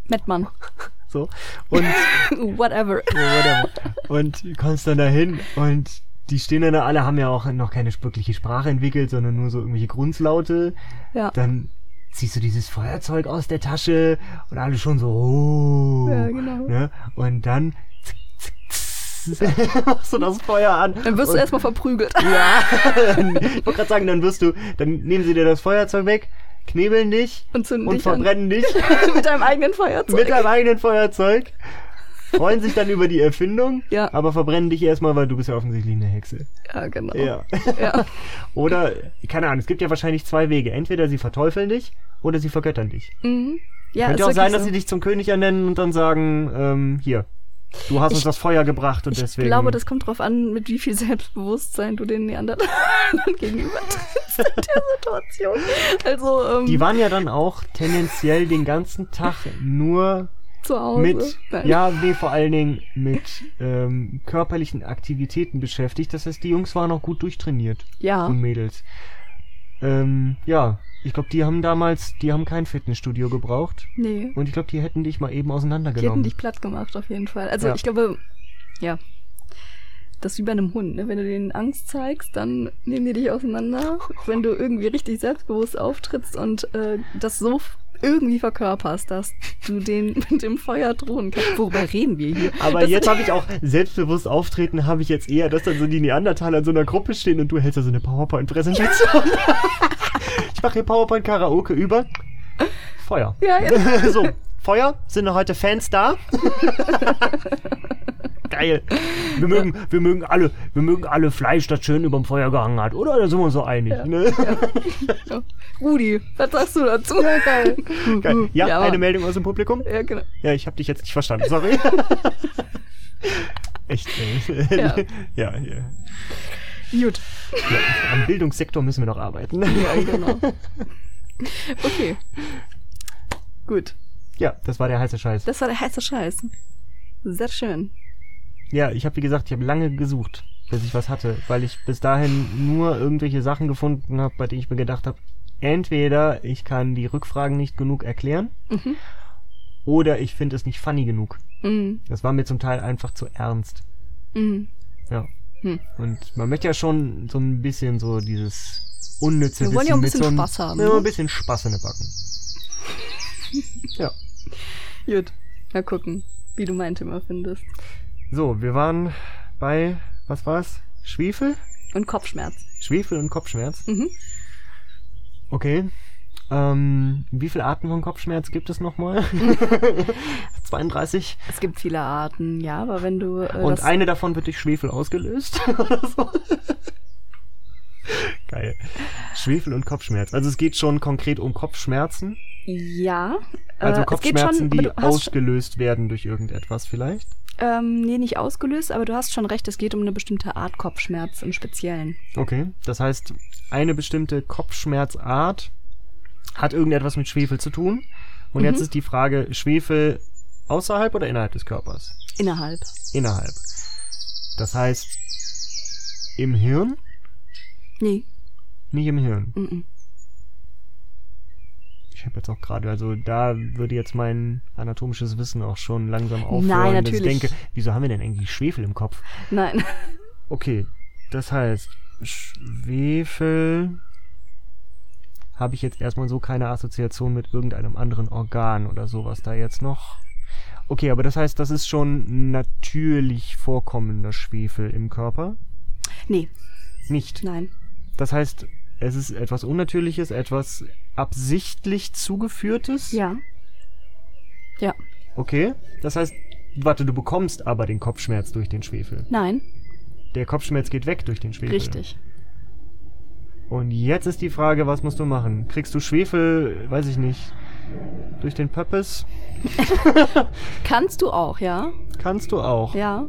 Speaker 5: Mettmann.
Speaker 6: so. Und, äh,
Speaker 5: Whatever.
Speaker 6: whatever. und kommst dann dahin und die stehen dann da alle, haben ja auch noch keine wirkliche Sprache entwickelt, sondern nur so irgendwelche Grunzlaute.
Speaker 5: Ja.
Speaker 6: Dann ziehst du dieses Feuerzeug aus der Tasche und alle schon so, oh.
Speaker 5: Ja, genau.
Speaker 6: Ne? Und dann zick, zick, zick, machst du das Feuer an.
Speaker 5: Dann wirst du
Speaker 6: und
Speaker 5: erstmal verprügelt.
Speaker 6: Ja, ich wollte gerade sagen, dann wirst du, dann nehmen sie dir das Feuerzeug weg, knebeln dich
Speaker 5: Und zünden dich an.
Speaker 6: verbrennen dich
Speaker 5: mit deinem eigenen Feuerzeug.
Speaker 6: mit deinem eigenen Feuerzeug. Freuen sich dann über die Erfindung,
Speaker 5: Ja.
Speaker 6: aber verbrennen dich erstmal, weil du bist ja offensichtlich eine Hexe.
Speaker 5: ja, genau.
Speaker 6: Ja.
Speaker 5: Ja.
Speaker 6: Oder, keine Ahnung, es gibt ja wahrscheinlich zwei Wege. Entweder sie verteufeln dich oder sie vergöttern dich.
Speaker 5: Mhm. Ja,
Speaker 6: Könnte
Speaker 5: ist
Speaker 6: auch sein,
Speaker 5: wirklich
Speaker 6: dass
Speaker 5: so.
Speaker 6: sie dich zum König ernennen und dann sagen, ähm, hier, du hast
Speaker 5: Ich-
Speaker 6: uns das Feuer gebracht und
Speaker 5: Ich
Speaker 6: deswegen.
Speaker 5: glaube, das kommt drauf an, mit wie viel Selbstbewusstsein du den Neandertalern gegenüber trittst in der Situation. Also ähm,
Speaker 6: die waren ja dann auch tendenziell den ganzen Tag nur
Speaker 5: zu Hause.
Speaker 6: mit,
Speaker 5: Nein.
Speaker 6: ja, nee, vor allen Dingen mit ähm, körperlichen Aktivitäten beschäftigt. Das heißt, die Jungs waren auch gut durchtrainiert
Speaker 5: ja.
Speaker 6: und Mädels. Ähm, ja, ich glaube, die haben damals, die haben kein Fitnessstudio gebraucht.
Speaker 5: Nee.
Speaker 6: Und ich glaube, die hätten dich mal eben
Speaker 5: Die hätten
Speaker 6: auseinandergenommen.
Speaker 5: dich platt gemacht, auf jeden Fall. Also
Speaker 6: Ja.
Speaker 5: ich glaube, ja. Das ist wie bei einem Hund, ne? Wenn du denen Angst zeigst, dann nehmen die dich auseinander. Wenn du irgendwie richtig selbstbewusst auftrittst und äh, das so f- irgendwie verkörperst, dass du den mit dem Feuer drohen kannst. Worüber reden wir hier?
Speaker 6: aber
Speaker 5: Das-
Speaker 6: jetzt habe ich auch selbstbewusst auftreten, habe ich jetzt eher, dass dann so die Neandertaler in so einer Gruppe stehen und du hältst da so eine PowerPoint-Präsentation. ich mache hier PowerPoint-Karaoke über. Feuer.
Speaker 5: Ja, ja.
Speaker 6: so, Feuer, sind noch heute Fans da? Geil. Wir mögen, wir mögen alle, wir mögen alle Fleisch, das schön überm Feuer gehangen hat, oder? Da sind wir uns so einig. Ja, ne?
Speaker 5: Ja. Rudi, was sagst du dazu? Ja, geil.
Speaker 6: Geil. Hm. ja,
Speaker 5: Ja,
Speaker 6: eine
Speaker 5: Mann.
Speaker 6: Meldung aus dem Publikum?
Speaker 5: Ja, genau.
Speaker 6: Ja, ich habe dich jetzt nicht verstanden, sorry. Echt, ey.
Speaker 5: Ja.
Speaker 6: ja, ja.
Speaker 5: Gut.
Speaker 6: ja. Am Bildungssektor müssen wir noch arbeiten.
Speaker 5: Ja, genau. Okay. Gut.
Speaker 6: Ja, das war der heiße Scheiß.
Speaker 5: Das war der heiße Scheiß. Sehr schön.
Speaker 6: Ja, ich habe wie gesagt, ich habe lange gesucht, bis ich was hatte, weil ich bis dahin nur irgendwelche Sachen gefunden habe, bei denen ich mir gedacht habe, entweder ich kann die Rückfragen nicht genug erklären oder ich finde es nicht funny genug.
Speaker 5: Mhm.
Speaker 6: Das war mir zum Teil einfach zu ernst.
Speaker 5: Mhm.
Speaker 6: Ja.
Speaker 5: Hm.
Speaker 6: Und man möchte ja schon so ein bisschen so dieses unnütze
Speaker 5: Wir
Speaker 6: Wissen
Speaker 5: wollen ja auch ein
Speaker 6: mit
Speaker 5: bisschen
Speaker 6: so einem,
Speaker 5: Spaß haben,
Speaker 6: Ja,
Speaker 5: ne?
Speaker 6: ein bisschen Spaß in den Backen. ja.
Speaker 5: Gut. Mal gucken, wie du mein Thema findest.
Speaker 6: So, wir waren bei was war's? Schwefel?
Speaker 5: Und Kopfschmerz.
Speaker 6: Schwefel und Kopfschmerz.
Speaker 5: Mhm.
Speaker 6: Okay. Ähm, wie viele Arten von Kopfschmerz gibt es nochmal? 32.
Speaker 5: Es gibt viele Arten, ja, aber wenn du äh,
Speaker 6: Und
Speaker 5: das
Speaker 6: eine davon wird durch Schwefel ausgelöst. Oder so. Geil. Schwefel und Kopfschmerz. Also es geht schon konkret um Kopfschmerzen.
Speaker 5: ja,
Speaker 6: Also
Speaker 5: äh, es geht
Speaker 6: Kopfschmerzen,
Speaker 5: schon, aber
Speaker 6: die
Speaker 5: du hast
Speaker 6: ausgelöst werden durch irgendetwas vielleicht.
Speaker 5: ähm, nee, nicht ausgelöst, aber du hast schon recht, es geht um eine bestimmte Art Kopfschmerz im Speziellen.
Speaker 6: Okay. Das heißt, eine bestimmte Kopfschmerzart hat irgendetwas mit Schwefel zu tun. Und
Speaker 5: Mhm.
Speaker 6: jetzt ist die Frage, Schwefel außerhalb oder innerhalb des Körpers?
Speaker 5: Innerhalb.
Speaker 6: innerhalb. Das heißt, im Hirn?
Speaker 5: Nee.
Speaker 6: Nicht im Hirn.
Speaker 5: Mm -mm.
Speaker 6: ich habe jetzt auch gerade, also da würde jetzt mein anatomisches Wissen auch schon langsam aufhören.
Speaker 5: Nein,
Speaker 6: dass
Speaker 5: natürlich.
Speaker 6: Ich denke, wieso haben wir denn eigentlich Schwefel im Kopf?
Speaker 5: Nein.
Speaker 6: Okay, das heißt, Schwefel habe ich jetzt erstmal so keine Assoziation mit irgendeinem anderen Organ oder sowas da jetzt noch. Okay, aber das heißt, das ist schon natürlich vorkommender Schwefel im Körper?
Speaker 5: Nee,
Speaker 6: Nicht.
Speaker 5: nein.
Speaker 6: Das heißt, es ist etwas Unnatürliches, etwas absichtlich zugeführtes?
Speaker 5: Ja. Ja.
Speaker 6: Okay, das heißt, warte, du bekommst aber den Kopfschmerz durch den Schwefel.
Speaker 5: Nein.
Speaker 6: Der Kopfschmerz geht weg durch den Schwefel.
Speaker 5: Richtig.
Speaker 6: Und jetzt ist die Frage, was musst du machen? Kriegst du Schwefel, weiß ich nicht, durch den Pöppes?
Speaker 5: Kannst du auch, ja?
Speaker 6: Kannst du auch.
Speaker 5: Ja.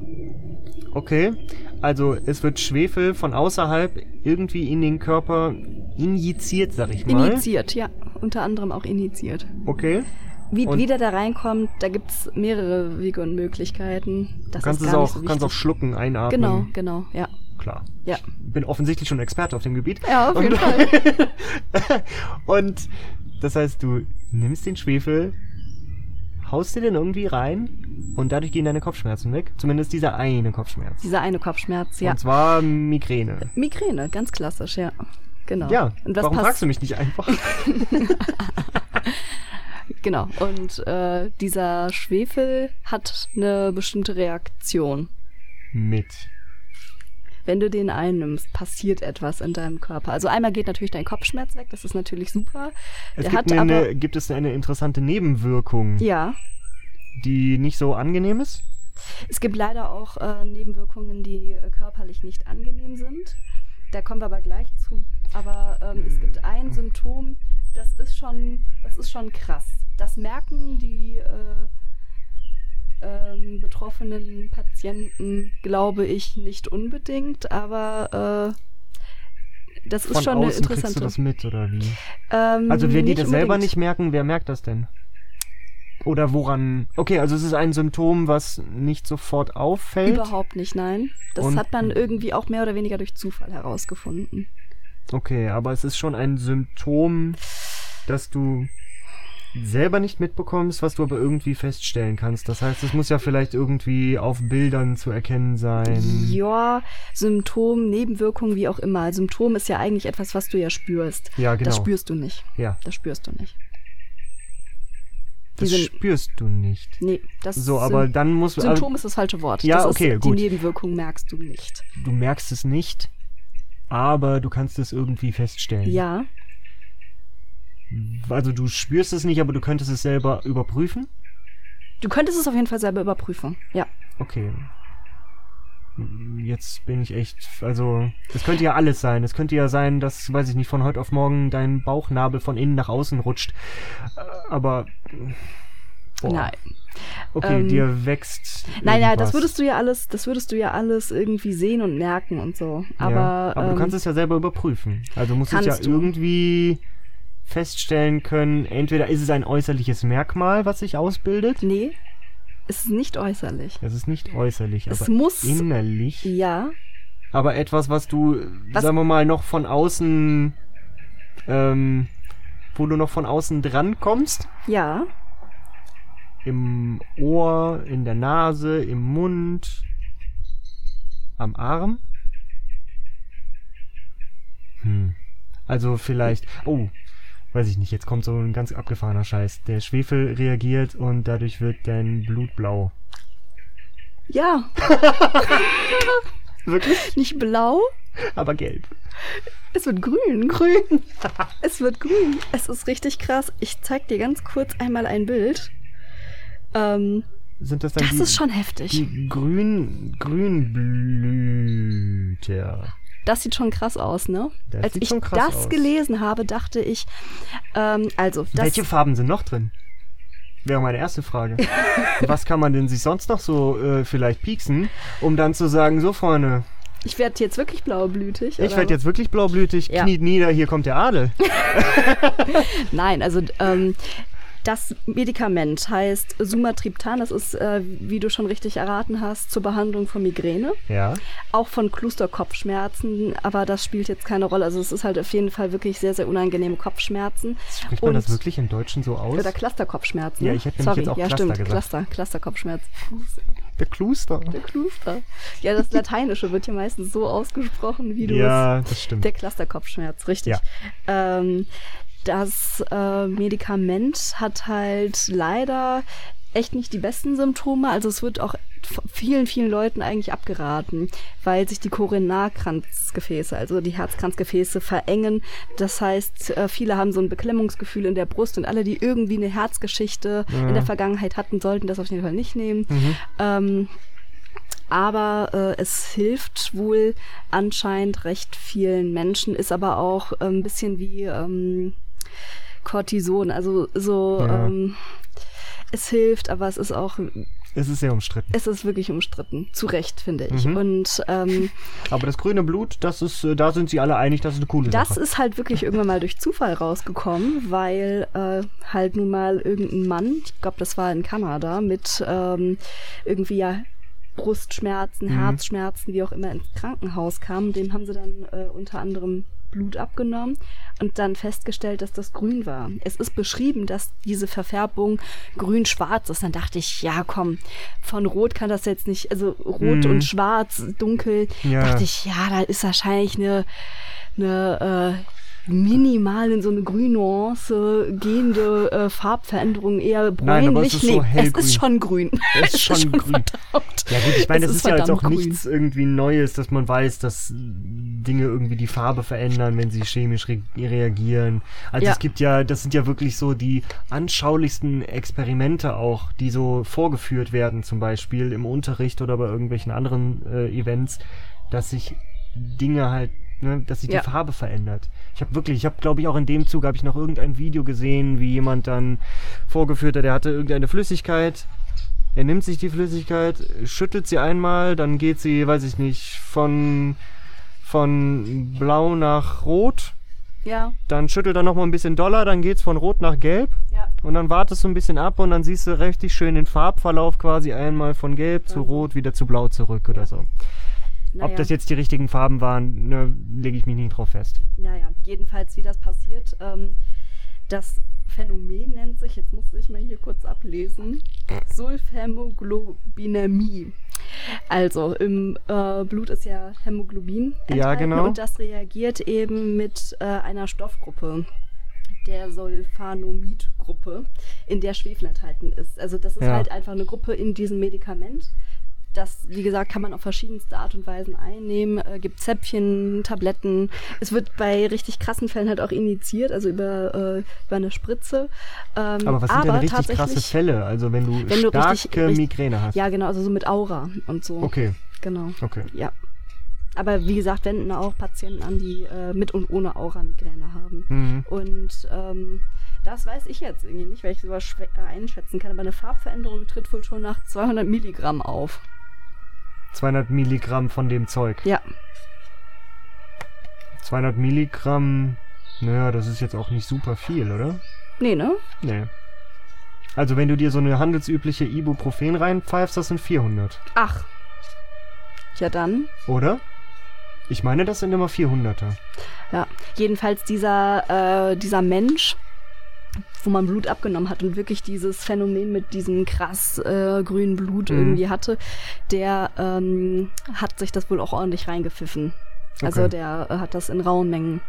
Speaker 6: Okay. Also es wird Schwefel von außerhalb irgendwie in den Körper injiziert, sag ich mal.
Speaker 5: Initiiert, ja. Unter anderem auch initiiert.
Speaker 6: Okay.
Speaker 5: Wie,
Speaker 6: Und-
Speaker 5: wie der da reinkommt, da gibt's mehrere Wege und Möglichkeiten. Das
Speaker 6: Du kannst
Speaker 5: ist
Speaker 6: es
Speaker 5: gar
Speaker 6: auch,
Speaker 5: nicht so
Speaker 6: kannst auch
Speaker 5: wichtig.
Speaker 6: schlucken, einatmen.
Speaker 5: Genau, genau, ja.
Speaker 6: Klar.
Speaker 5: Ja.
Speaker 6: Ich bin offensichtlich schon Experte auf dem Gebiet.
Speaker 5: Ja, auf jeden
Speaker 6: und,
Speaker 5: Fall.
Speaker 6: und das heißt, du nimmst den Schwefel, haust dir den irgendwie rein und dadurch gehen deine Kopfschmerzen weg. Zumindest dieser eine Kopfschmerz.
Speaker 5: Dieser eine Kopfschmerz, ja.
Speaker 6: Und zwar Migräne.
Speaker 5: Migräne, ganz klassisch, ja. Genau.
Speaker 6: Ja,
Speaker 5: und was
Speaker 6: warum
Speaker 5: passt,
Speaker 6: fragst du mich nicht einfach?
Speaker 5: Genau. Und äh, dieser Schwefel hat eine bestimmte Reaktion.
Speaker 6: Mit.
Speaker 5: Wenn du den einnimmst, passiert etwas in deinem Körper. Also einmal geht natürlich dein Kopfschmerz weg, das ist natürlich super.
Speaker 6: Es
Speaker 5: Der
Speaker 6: gibt,
Speaker 5: hat
Speaker 6: eine, ne
Speaker 5: aber
Speaker 6: gibt es eine interessante Nebenwirkung,
Speaker 5: ja,
Speaker 6: die nicht so angenehm ist?
Speaker 5: es gibt leider auch äh, Nebenwirkungen, die äh, körperlich nicht angenehm sind. Da kommen wir aber gleich zu. Aber ähm, es gibt ein Symptom, das ist schon, das ist schon krass. Das merken die äh, ähm, betroffenen Patienten, glaube ich, nicht unbedingt, aber äh, das ist
Speaker 6: Von
Speaker 5: schon eine
Speaker 6: außen kriegst
Speaker 5: interessante.
Speaker 6: du das mit, oder wie?
Speaker 5: Ähm,
Speaker 6: Also wenn die das selber
Speaker 5: unbedingt.
Speaker 6: nicht merken, wer merkt das denn? Oder woran? Okay, also es ist ein Symptom, was nicht sofort auffällt.
Speaker 5: Überhaupt nicht, nein. Das
Speaker 6: Und-
Speaker 5: hat man irgendwie auch mehr oder weniger durch Zufall herausgefunden.
Speaker 6: Okay, aber es ist schon ein Symptom, dass du selber nicht mitbekommst, was du aber irgendwie feststellen kannst. Das heißt, es muss ja vielleicht irgendwie auf Bildern zu erkennen sein.
Speaker 5: Ja, Symptom, Nebenwirkung, wie auch immer. Symptom ist ja eigentlich etwas, was du ja spürst.
Speaker 6: Ja, genau.
Speaker 5: Das spürst du nicht.
Speaker 6: Ja,
Speaker 5: Das spürst du nicht.
Speaker 6: das
Speaker 5: Diese-
Speaker 6: spürst du nicht.
Speaker 5: Nee, das
Speaker 6: So,
Speaker 5: Sym-
Speaker 6: aber dann musst du...
Speaker 5: Symptom ist das falsche Wort.
Speaker 6: Ja,
Speaker 5: das
Speaker 6: okay,
Speaker 5: ist,
Speaker 6: gut.
Speaker 5: Die Nebenwirkung merkst du nicht.
Speaker 6: Du merkst es nicht, aber du kannst es irgendwie feststellen.
Speaker 5: Ja,
Speaker 6: Also du spürst es nicht, aber du könntest es selber überprüfen.
Speaker 5: du könntest es auf jeden Fall selber überprüfen. Ja.
Speaker 6: Okay. Jetzt bin ich echt, also es könnte ja alles sein. Es könnte ja sein, dass, weiß ich nicht, von heute auf morgen dein Bauchnabel von innen nach außen rutscht. Äh, Aber boah.
Speaker 5: Nein.
Speaker 6: okay,
Speaker 5: ähm,
Speaker 6: dir wächst.
Speaker 5: Nein, ja, das
Speaker 6: irgendwas.
Speaker 5: würdest du ja alles, das würdest du ja alles irgendwie sehen und merken und so. Aber,
Speaker 6: ja, aber
Speaker 5: ähm,
Speaker 6: du kannst es ja selber überprüfen. Also musst es ja
Speaker 5: kannst du.
Speaker 6: irgendwie feststellen können. Entweder ist es ein äußerliches Merkmal, was sich ausbildet.
Speaker 5: Nee, es ist nicht äußerlich.
Speaker 6: Es ist nicht äußerlich,
Speaker 5: Es
Speaker 6: aber
Speaker 5: muss-
Speaker 6: innerlich.
Speaker 5: Ja,
Speaker 6: Aber etwas, was du,
Speaker 5: Was-
Speaker 6: sagen wir mal, noch von außen, ähm, wo du noch von außen dran kommst.
Speaker 5: ja.
Speaker 6: Im Ohr, in der Nase, im Mund, am Arm. Hm. Also vielleicht, oh, weiß ich nicht, jetzt kommt so ein ganz abgefahrener Scheiß. Der Schwefel reagiert und dadurch wird dein Blut blau.
Speaker 5: Ja,
Speaker 6: Wirklich?
Speaker 5: nicht blau,
Speaker 6: Aber gelb.
Speaker 5: es wird grün. Grün. es wird grün. Es ist richtig krass. Ich zeig dir ganz kurz einmal ein Bild. Ähm,
Speaker 6: Sind das dann
Speaker 5: das
Speaker 6: die,
Speaker 5: ist schon heftig.
Speaker 6: die grün, Grünblüter?
Speaker 5: Das sieht schon krass aus, ne?
Speaker 6: Das
Speaker 5: Als
Speaker 6: sieht
Speaker 5: ich
Speaker 6: schon krass
Speaker 5: das
Speaker 6: aus.
Speaker 5: gelesen habe, dachte ich, ähm, also, das
Speaker 6: Welche Farben sind noch drin? Wäre meine erste Frage. Was kann man denn sich sonst noch so äh, vielleicht pieksen, um dann zu sagen, so Freunde,
Speaker 5: ich werde jetzt wirklich blaublütig.
Speaker 6: ich
Speaker 5: oder
Speaker 6: werde jetzt wirklich blaublütig,
Speaker 5: Ja.
Speaker 6: kniet nieder, hier kommt der Adel.
Speaker 5: Nein, also ähm, Das Medikament heißt Sumatriptan. Das ist, äh, wie du schon richtig erraten hast, zur Behandlung von Migräne.
Speaker 6: Ja.
Speaker 5: Auch von Klusterkopfschmerzen, aber das spielt jetzt keine Rolle. Also es ist halt auf jeden Fall wirklich sehr, sehr unangenehme Kopfschmerzen.
Speaker 6: Spricht man das wirklich im Deutschen so aus?
Speaker 5: Oder Clusterkopfschmerzen.
Speaker 6: Ja,
Speaker 5: ne?
Speaker 6: ich hätte nämlich
Speaker 5: Sorry,
Speaker 6: jetzt auch
Speaker 5: ja,
Speaker 6: Cluster
Speaker 5: stimmt.
Speaker 6: gesagt.
Speaker 5: Cluster, Clusterkopfschmerz.
Speaker 6: Der Kluster.
Speaker 5: Der Cluster. Ja, das Lateinische wird ja meistens so ausgesprochen, wie du es
Speaker 6: Ja, das stimmt.
Speaker 5: der Clusterkopfschmerz, richtig.
Speaker 6: Ja.
Speaker 5: Ähm, das äh, Medikament hat halt leider echt nicht die besten Symptome. Also es wird auch von vielen, vielen Leuten eigentlich abgeraten, weil sich die Koronarkranzgefäße, also die Herzkranzgefäße verengen. Das heißt, äh, viele haben so ein Beklemmungsgefühl in der Brust und alle, die irgendwie eine Herzgeschichte in
Speaker 6: Mhm.
Speaker 5: der Vergangenheit hatten, sollten das auf jeden Fall nicht nehmen. Ähm, aber äh, es hilft wohl anscheinend recht vielen Menschen, ist aber auch äh, ein bisschen wie ähm, Cortison. Also so,
Speaker 6: Ja.
Speaker 5: ähm, es hilft, aber es ist auch,
Speaker 6: Es ist sehr umstritten.
Speaker 5: es ist wirklich umstritten. Zu Recht, finde ich.
Speaker 6: Mhm.
Speaker 5: Und ähm,
Speaker 6: Aber das grüne Blut, das ist, äh, da sind sie alle einig, das ist eine coole
Speaker 5: das
Speaker 6: Sache.
Speaker 5: ist halt wirklich irgendwann mal durch Zufall rausgekommen, weil äh, halt nun mal irgendein Mann, ich glaube, das war in Kanada, mit ähm, irgendwie ja Brustschmerzen,
Speaker 6: Mhm.
Speaker 5: Herzschmerzen, wie auch immer, ins Krankenhaus kam. Dem haben sie dann äh, unter anderem Blut abgenommen und dann festgestellt, dass das grün war. Es ist beschrieben, dass diese Verfärbung grün-schwarz ist. Dann dachte ich, ja komm, von rot kann das jetzt nicht, also rot
Speaker 6: Mhm.
Speaker 5: und schwarz, dunkel.
Speaker 6: Ja.
Speaker 5: Dachte ich, ja, da ist wahrscheinlich eine, eine äh, minimal in so eine grünnuance gehende äh, Farbveränderung, eher
Speaker 6: Nein, aber es
Speaker 5: bräunlich.
Speaker 6: ist so
Speaker 5: es
Speaker 6: hellgrün.
Speaker 5: ist schon grün.
Speaker 6: Es ist schon grün.
Speaker 5: verdammt.
Speaker 6: Ja gut, ich meine,
Speaker 5: Es
Speaker 6: das
Speaker 5: ist
Speaker 6: ist, ja jetzt auch
Speaker 5: verdammt grün.
Speaker 6: nichts irgendwie Neues, dass man weiß, dass Dinge irgendwie die Farbe verändern, wenn sie chemisch re reagieren. Also
Speaker 5: Ja.
Speaker 6: es gibt ja, das sind ja wirklich so die anschaulichsten Experimente auch, die so vorgeführt werden, zum Beispiel im Unterricht oder bei irgendwelchen anderen äh, Events, dass sich Dinge halt, ne, dass sich
Speaker 5: Ja.
Speaker 6: die Farbe verändert. Ich habe wirklich, ich habe glaube ich auch in dem Zug, habe ich noch irgendein Video gesehen, wie jemand dann vorgeführt hat, der hatte irgendeine Flüssigkeit er nimmt sich die Flüssigkeit, schüttelt sie einmal, dann geht sie, weiß ich nicht, von, von blau nach rot.
Speaker 5: Ja,
Speaker 6: Dann schüttelt er nochmal ein bisschen doller, dann geht's von rot nach gelb.
Speaker 5: ja.
Speaker 6: Und dann wartest du ein bisschen ab und dann siehst du richtig schön den Farbverlauf quasi einmal von gelb zu rot, wieder zu blau zurück oder so. Ob
Speaker 5: Naja.
Speaker 6: das jetzt die richtigen Farben waren, ne, lege ich mich nicht drauf fest.
Speaker 5: Naja, jedenfalls, wie das passiert. Ähm, das Phänomen nennt sich, jetzt muss ich mal hier kurz ablesen, Sulfhämoglobinämie. Also im äh, Blut ist ja Hämoglobin enthalten
Speaker 6: Ja, genau.
Speaker 5: und das reagiert eben mit äh, einer Stoffgruppe, der Sulfanomid-Gruppe, in der Schwefel enthalten ist. Also das ist
Speaker 6: Ja.
Speaker 5: halt einfach eine Gruppe in diesem Medikament. Das, wie gesagt, kann man auf verschiedenste Art und Weisen einnehmen. Äh, gibt Zäpfchen, Tabletten. Es wird bei richtig krassen Fällen halt auch initiiert, also über, äh, über eine Spritze. Ähm,
Speaker 6: Aber was sind denn richtig krasse
Speaker 5: tatsächlich-
Speaker 6: Fälle? Also wenn du
Speaker 5: Wenn du
Speaker 6: starke
Speaker 5: richtig- richtig-
Speaker 6: Migräne hast.
Speaker 5: Ja, genau, also so mit Aura und so.
Speaker 6: Okay,
Speaker 5: Genau.
Speaker 6: okay.
Speaker 5: Ja. Aber wie gesagt, wenden auch Patienten an, die äh, mit und ohne Aura-Migräne haben.
Speaker 6: Mhm.
Speaker 5: Und ähm, das weiß ich jetzt irgendwie nicht, weil ich sowas schwer einschätzen kann. Aber eine Farbveränderung tritt wohl schon nach 200 Milligramm auf.
Speaker 6: 200 Milligramm von dem Zeug.
Speaker 5: Ja,
Speaker 6: 200 Milligramm, naja, das ist jetzt auch nicht super viel, oder?
Speaker 5: nee, ne?
Speaker 6: Nee. Also wenn du dir so eine handelsübliche Ibuprofen reinpfeifst, das sind 400,
Speaker 5: Ach. Ja, dann.
Speaker 6: oder? Ich meine, das sind immer 400er.
Speaker 5: Ja, jedenfalls dieser, äh, dieser Mensch, wo man Blut abgenommen hat und wirklich dieses Phänomen mit diesem krass äh, grünen Blut
Speaker 6: Mhm.
Speaker 5: irgendwie hatte, der ähm, hat sich das wohl auch ordentlich reingepfiffen. Also
Speaker 6: Okay.
Speaker 5: der äh, hat das in rauen Mengen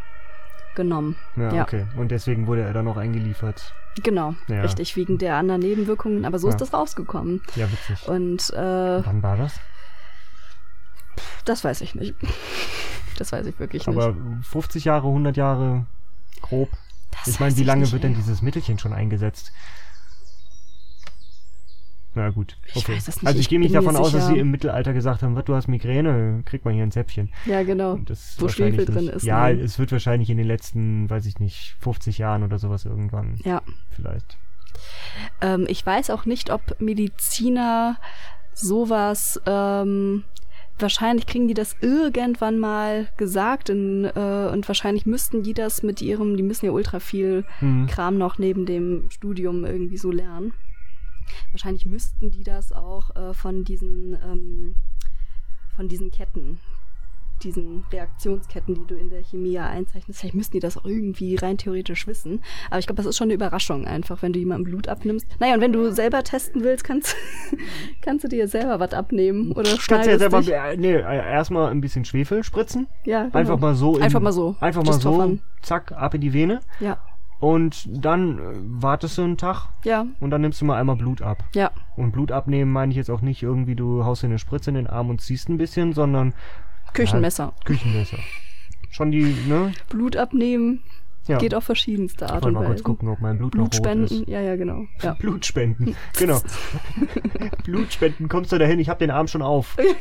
Speaker 5: genommen.
Speaker 6: Ja,
Speaker 5: Ja.
Speaker 6: okay. Und deswegen wurde er dann noch eingeliefert.
Speaker 5: Genau,
Speaker 6: Ja.
Speaker 5: richtig, wegen der anderen Nebenwirkungen. Aber so
Speaker 6: Ja.
Speaker 5: ist das rausgekommen.
Speaker 6: Ja, witzig.
Speaker 5: Und äh,
Speaker 6: Wann war das?
Speaker 5: das weiß ich nicht. Das weiß ich wirklich nicht.
Speaker 6: Aber 50 Jahre, 100 Jahre, grob.
Speaker 5: Das
Speaker 6: ich meine,
Speaker 5: weiß
Speaker 6: wie lange
Speaker 5: nicht,
Speaker 6: wird
Speaker 5: ey.
Speaker 6: denn dieses Mittelchen schon eingesetzt? Na gut.
Speaker 5: Ich
Speaker 6: Okay.
Speaker 5: weiß es nicht,
Speaker 6: Also ich
Speaker 5: ich
Speaker 6: gehe nicht
Speaker 5: bin mir
Speaker 6: davon aus, dass
Speaker 5: sicher-
Speaker 6: sie im Mittelalter gesagt haben, was, du hast Migräne, kriegt man hier ein Zäpfchen.
Speaker 5: Ja, genau.
Speaker 6: Und Das
Speaker 5: Wo
Speaker 6: wahrscheinlich
Speaker 5: Schwefel drin
Speaker 6: nicht.
Speaker 5: ist, ne?
Speaker 6: Ja,
Speaker 5: nein.
Speaker 6: es wird wahrscheinlich in den letzten, weiß ich nicht, 50 Jahren oder sowas irgendwann
Speaker 5: Ja.
Speaker 6: vielleicht.
Speaker 5: Ähm, ich weiß auch nicht, ob Mediziner sowas ähm, wahrscheinlich kriegen die das irgendwann mal gesagt in, äh, und wahrscheinlich müssten die das mit ihrem, die müssen ja ultra viel
Speaker 6: Mhm.
Speaker 5: Kram noch neben dem Studium irgendwie so lernen. Wahrscheinlich müssten die das auch äh, von diesen ähm, von diesen Ketten, diesen Reaktionsketten, die du in der Chemie ja einzeichnest, vielleicht müssten die das auch irgendwie rein theoretisch wissen. Aber ich glaube, das ist schon eine Überraschung einfach, wenn du jemandem Blut abnimmst. Naja, und wenn du selber testen willst, kannst, kannst du dir selber was abnehmen oder
Speaker 6: Kannst du ja
Speaker 5: schneidest
Speaker 6: selber,
Speaker 5: dich.
Speaker 6: äh, nee, äh, erstmal ein bisschen Schwefel spritzen.
Speaker 5: Ja, genau.
Speaker 6: Einfach mal so. in-
Speaker 5: Einfach mal so.
Speaker 6: Einfach mal
Speaker 5: Just for
Speaker 6: so.
Speaker 5: fun.
Speaker 6: Zack, ab in die Vene.
Speaker 5: Ja,
Speaker 6: Und dann äh, wartest du einen Tag
Speaker 5: ja,
Speaker 6: und dann nimmst du mal einmal Blut ab.
Speaker 5: ja.
Speaker 6: Und Blut abnehmen meine ich jetzt auch nicht irgendwie, du haust dir eine Spritze in den Arm und ziehst ein bisschen, sondern
Speaker 5: Küchenmesser.
Speaker 6: Küchenmesser. Schon die, ne?
Speaker 5: Blut abnehmen
Speaker 6: Ja.
Speaker 5: geht auf verschiedenste
Speaker 6: Ich
Speaker 5: Art
Speaker 6: wollte
Speaker 5: und
Speaker 6: mal kurz
Speaker 5: Weise.
Speaker 6: gucken, ob mein Blut,
Speaker 5: Blut
Speaker 6: noch rot ist.
Speaker 5: spenden, ja, ja, genau. Ja.
Speaker 6: Blutspenden. Genau. Blutspenden, kommst du dahin? Ich hab den Arm schon auf.
Speaker 5: Also,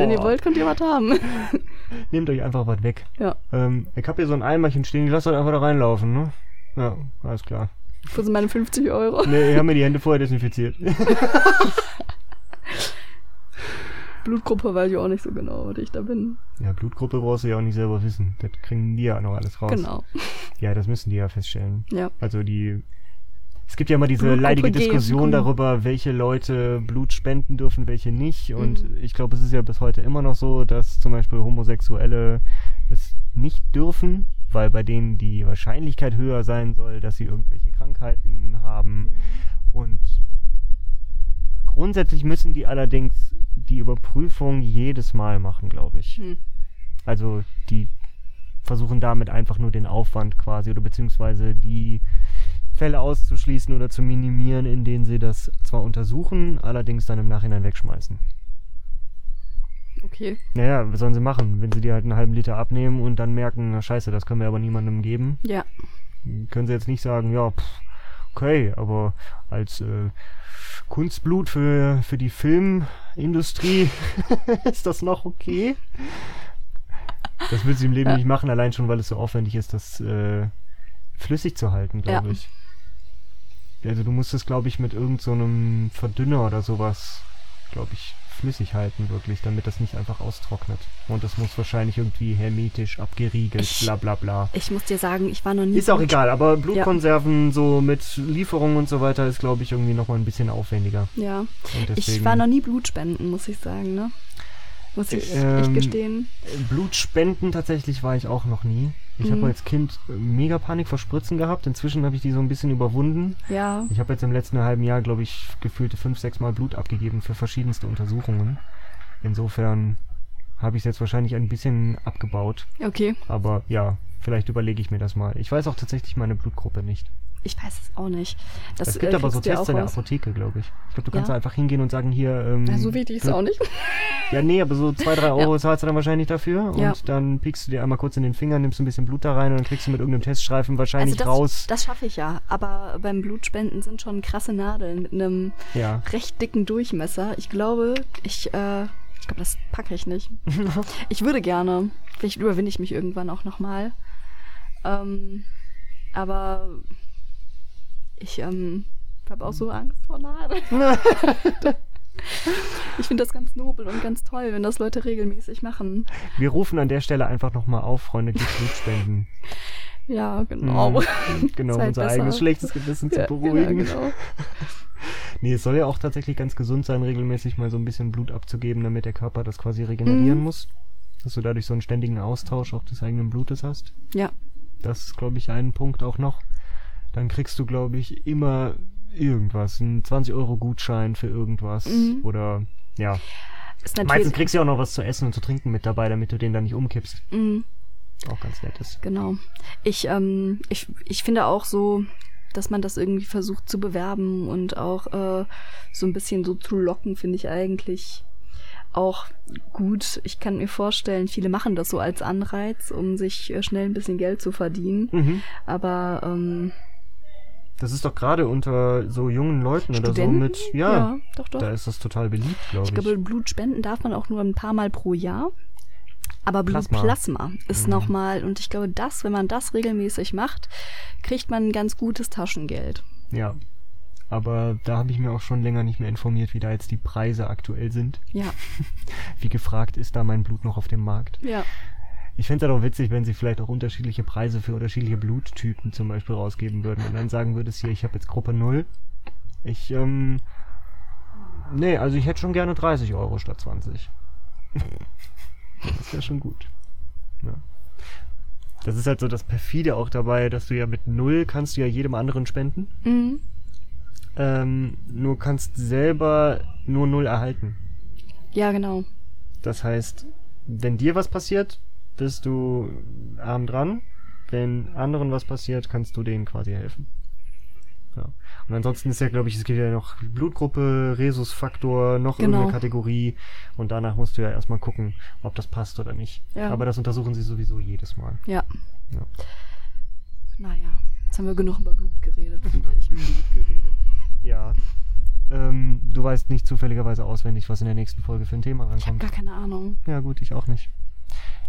Speaker 5: wenn ihr
Speaker 6: Boah.
Speaker 5: wollt, könnt ihr was haben.
Speaker 6: Nehmt euch einfach was weg.
Speaker 5: Ja,
Speaker 6: Ähm, ich hab hier so ein Eimerchen stehen, ich lass das einfach da reinlaufen, ne? Ja, alles klar.
Speaker 5: das sind meine 50 Euro.
Speaker 6: Nee, ich hab mir die Hände vorher desinfiziert.
Speaker 5: Blutgruppe weiß ich auch nicht so genau, was ich da bin.
Speaker 6: Ja, Blutgruppe brauchst du ja auch nicht selber wissen. Das kriegen die ja noch alles raus.
Speaker 5: Genau,
Speaker 6: Ja, das müssen die ja feststellen.
Speaker 5: ja.
Speaker 6: Also die. Es gibt ja immer diese
Speaker 5: Blutgruppe
Speaker 6: leidige
Speaker 5: G,
Speaker 6: Diskussion
Speaker 5: mhm.
Speaker 6: darüber, welche Leute Blut spenden dürfen, welche nicht. Und
Speaker 5: Mhm.
Speaker 6: ich glaube, es ist ja bis heute immer noch so, dass zum Beispiel Homosexuelle es nicht dürfen, weil bei denen die Wahrscheinlichkeit höher sein soll, dass sie irgendwelche Krankheiten
Speaker 5: Mhm.
Speaker 6: haben. Und grundsätzlich müssen die allerdings die Überprüfung jedes Mal machen, glaube ich.
Speaker 5: Hm.
Speaker 6: Also die versuchen damit einfach nur den Aufwand quasi oder beziehungsweise die Fälle auszuschließen oder zu minimieren, in denen sie das zwar untersuchen, allerdings dann im Nachhinein wegschmeißen.
Speaker 5: Okay,
Speaker 6: Naja, was sollen sie machen, wenn sie die halt einen halben Liter abnehmen und dann merken, na scheiße, das können wir aber niemandem geben,
Speaker 5: ja.
Speaker 6: können sie jetzt nicht sagen, ja, pff, okay, aber als äh, Kunstblut für, für die Filmindustrie ist das noch okay? Das wird sie im Leben
Speaker 5: Ja.
Speaker 6: nicht machen, allein schon, weil es so aufwendig ist, das äh, flüssig zu halten, glaube
Speaker 5: Ja.
Speaker 6: ich. Also du musst es, glaube ich, mit irgendeinem so einem Verdünner oder sowas, glaube ich, flüssig halten, wirklich, damit das nicht einfach austrocknet. Und das muss wahrscheinlich irgendwie hermetisch abgeriegelt,
Speaker 5: Ich-
Speaker 6: bla bla bla.
Speaker 5: Ich muss dir sagen, ich war noch nie.
Speaker 6: Ist auch egal, aber Blutkonserven
Speaker 5: Blutkonserven
Speaker 6: so mit Lieferungen und so weiter ist, glaube ich, irgendwie nochmal ein bisschen aufwendiger.
Speaker 5: Ja,
Speaker 6: Und deswegen,
Speaker 5: ich war noch nie Blutspenden, muss ich sagen, ne? Muss ich echt
Speaker 6: Ähm,
Speaker 5: gestehen.
Speaker 6: Blutspenden tatsächlich war ich auch noch nie. Ich
Speaker 5: Mhm.
Speaker 6: habe als Kind äh, mega Panik vor Spritzen gehabt. Inzwischen habe ich die so ein bisschen überwunden.
Speaker 5: Ja,
Speaker 6: Ich habe jetzt im letzten halben Jahr, glaube ich, gefühlte fünf, sechs Mal Blut abgegeben für verschiedenste Untersuchungen. Insofern habe ich es jetzt wahrscheinlich ein bisschen abgebaut.
Speaker 5: okay.
Speaker 6: Aber ja, vielleicht überlege ich mir das mal. Ich weiß auch tatsächlich meine Blutgruppe nicht.
Speaker 5: Ich weiß es auch nicht. Das
Speaker 6: Es gibt
Speaker 5: äh,
Speaker 6: aber so
Speaker 5: kriegst du ja
Speaker 6: Tests
Speaker 5: auch
Speaker 6: in der
Speaker 5: raus.
Speaker 6: Apotheke, glaube ich. Ich glaube, du kannst
Speaker 5: Ja.
Speaker 6: da einfach hingehen und sagen, hier... Ähm,
Speaker 5: Ja, so wichtig ist es auch nicht.
Speaker 6: Ja, nee, aber so zwei, drei Euro zahlst du dann wahrscheinlich dafür und
Speaker 5: Ja.
Speaker 6: dann piekst du dir einmal kurz in den Finger, nimmst ein bisschen Blut da rein und dann kriegst du mit irgendeinem Teststreifen wahrscheinlich
Speaker 5: Also das,
Speaker 6: raus.
Speaker 5: das schaffe ich ja. Aber beim Blutspenden sind schon krasse Nadeln mit einem
Speaker 6: Ja.
Speaker 5: recht dicken Durchmesser. Ich glaube, ich, äh, ich glaube, das packe ich nicht. ich würde gerne. Vielleicht überwinde ich mich irgendwann auch nochmal. Ähm, aber ich ähm, habe auch so Angst vor Nadeln. ich finde das ganz nobel und ganz toll, wenn das Leute regelmäßig machen.
Speaker 6: Wir rufen an der Stelle einfach nochmal auf, Freunde, die Blut spenden.
Speaker 5: Ja, genau.
Speaker 6: Mhm. Genau, um
Speaker 5: Seid
Speaker 6: unser
Speaker 5: besser.
Speaker 6: eigenes schlechtes Gewissen zu
Speaker 5: Ja,
Speaker 6: beruhigen.
Speaker 5: Ja, genau.
Speaker 6: Nee, es soll ja auch tatsächlich ganz gesund sein, regelmäßig mal so ein bisschen Blut abzugeben, damit der Körper das quasi regenerieren
Speaker 5: Mhm.
Speaker 6: muss. Dass du dadurch so einen ständigen Austausch auch des eigenen Blutes hast.
Speaker 5: ja.
Speaker 6: Das ist, glaube ich, ein Punkt auch noch. Dann kriegst du, glaube ich, immer irgendwas. Einen 20-Euro-Gutschein für irgendwas.
Speaker 5: Mhm.
Speaker 6: Oder, ja.
Speaker 5: Ist
Speaker 6: Meistens
Speaker 5: natürlich.
Speaker 6: kriegst du ja auch noch was zu essen und zu trinken mit dabei, damit du den dann nicht umkippst.
Speaker 5: Mhm.
Speaker 6: Auch ganz nett ist.
Speaker 5: Genau. Ich, ähm, ich, ich finde auch so, dass man das irgendwie versucht zu bewerben und auch äh, so ein bisschen so zu locken, finde ich eigentlich auch gut. Ich kann mir vorstellen, viele machen das so als Anreiz, um sich äh, schnell ein bisschen Geld zu verdienen.
Speaker 6: Mhm.
Speaker 5: Aber ähm,
Speaker 6: Das ist doch gerade unter so jungen Leuten oder so
Speaker 5: Studenten,
Speaker 6: mit. Ja,
Speaker 5: doch, doch.
Speaker 6: da ist das total beliebt, glaube
Speaker 5: Ich
Speaker 6: ich.
Speaker 5: glaube, Blut spenden darf man auch nur ein paar Mal pro Jahr. Aber
Speaker 6: Plasma.
Speaker 5: Blutplasma ist
Speaker 6: Mhm.
Speaker 5: nochmal, und ich glaube, das, wenn man das regelmäßig macht, kriegt man ein ganz gutes Taschengeld.
Speaker 6: ja. aber da habe ich mir auch schon länger nicht mehr informiert, wie da jetzt die Preise aktuell sind.
Speaker 5: Ja,
Speaker 6: Wie gefragt ist da mein Blut noch auf dem Markt?
Speaker 5: ja.
Speaker 6: Ich fände es halt auch witzig, wenn sie vielleicht auch unterschiedliche Preise für unterschiedliche Bluttypen zum Beispiel rausgeben würden und dann sagen würdest, hier, ich habe jetzt Gruppe 0. Ich, ähm, nee, also ich hätte schon gerne 30 Euro statt 20. das wäre schon gut. Ja. Das ist halt so das perfide auch dabei, dass du ja mit 0 kannst du ja jedem anderen spenden,
Speaker 5: Mhm.
Speaker 6: ähm, nur kannst selber nur 0 erhalten.
Speaker 5: Ja, genau.
Speaker 6: Das heißt, wenn dir was passiert, bist du arm dran. Wenn anderen was passiert, kannst du denen quasi helfen. Ja. Und ansonsten ist ja, glaube ich, es gibt ja noch Blutgruppe, Rhesusfaktor, noch
Speaker 5: Genau.
Speaker 6: irgendeine Kategorie. Und danach musst du ja erstmal gucken, ob das passt oder nicht.
Speaker 5: Ja.
Speaker 6: Aber das untersuchen sie sowieso jedes Mal.
Speaker 5: Ja.
Speaker 6: Ja.
Speaker 5: Naja, jetzt haben wir genug über Blut geredet, finde ich.
Speaker 6: geredet. Ja. Ähm, du weißt nicht zufälligerweise auswendig, was in der nächsten Folge für ein Thema
Speaker 5: Ich habe
Speaker 6: rankommt.
Speaker 5: gar keine Ahnung.
Speaker 6: Ja gut, ich auch nicht.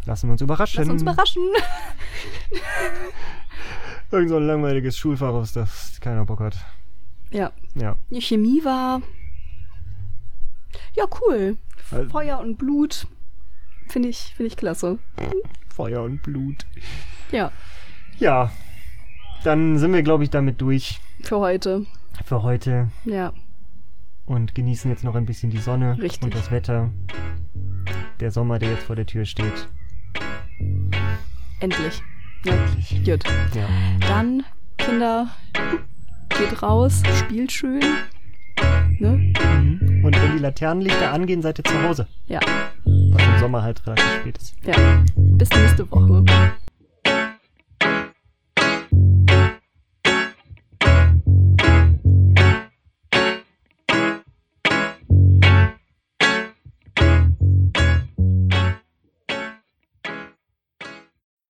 Speaker 6: Lassen wir uns überraschen.
Speaker 5: Lass uns überraschen.
Speaker 6: Irgend so ein langweiliges Schulfach, auf das keiner Bock hat.
Speaker 5: Ja,
Speaker 6: Ja.
Speaker 5: die Chemie war. Ja, cool.
Speaker 6: Also-
Speaker 5: Feuer und Blut. Finde ich, finde ich klasse.
Speaker 6: Feuer und Blut.
Speaker 5: Ja,
Speaker 6: Ja. Dann sind wir, glaube ich, damit durch
Speaker 5: für heute.
Speaker 6: für heute
Speaker 5: Ja,
Speaker 6: und genießen jetzt noch ein bisschen die Sonne
Speaker 5: Richtig.
Speaker 6: und das Wetter. Der Sommer, der jetzt vor der Tür steht.
Speaker 5: endlich. Ja,
Speaker 6: Endlich.
Speaker 5: gut.
Speaker 6: Ja.
Speaker 5: Dann, Kinder, geht raus, spielt schön. Ne?
Speaker 6: Mhm. Und wenn die Laternenlichter angehen, seid ihr zu Hause.
Speaker 5: Ja,
Speaker 6: Was im Sommer halt relativ spät ist.
Speaker 5: ja. Bis nächste Woche.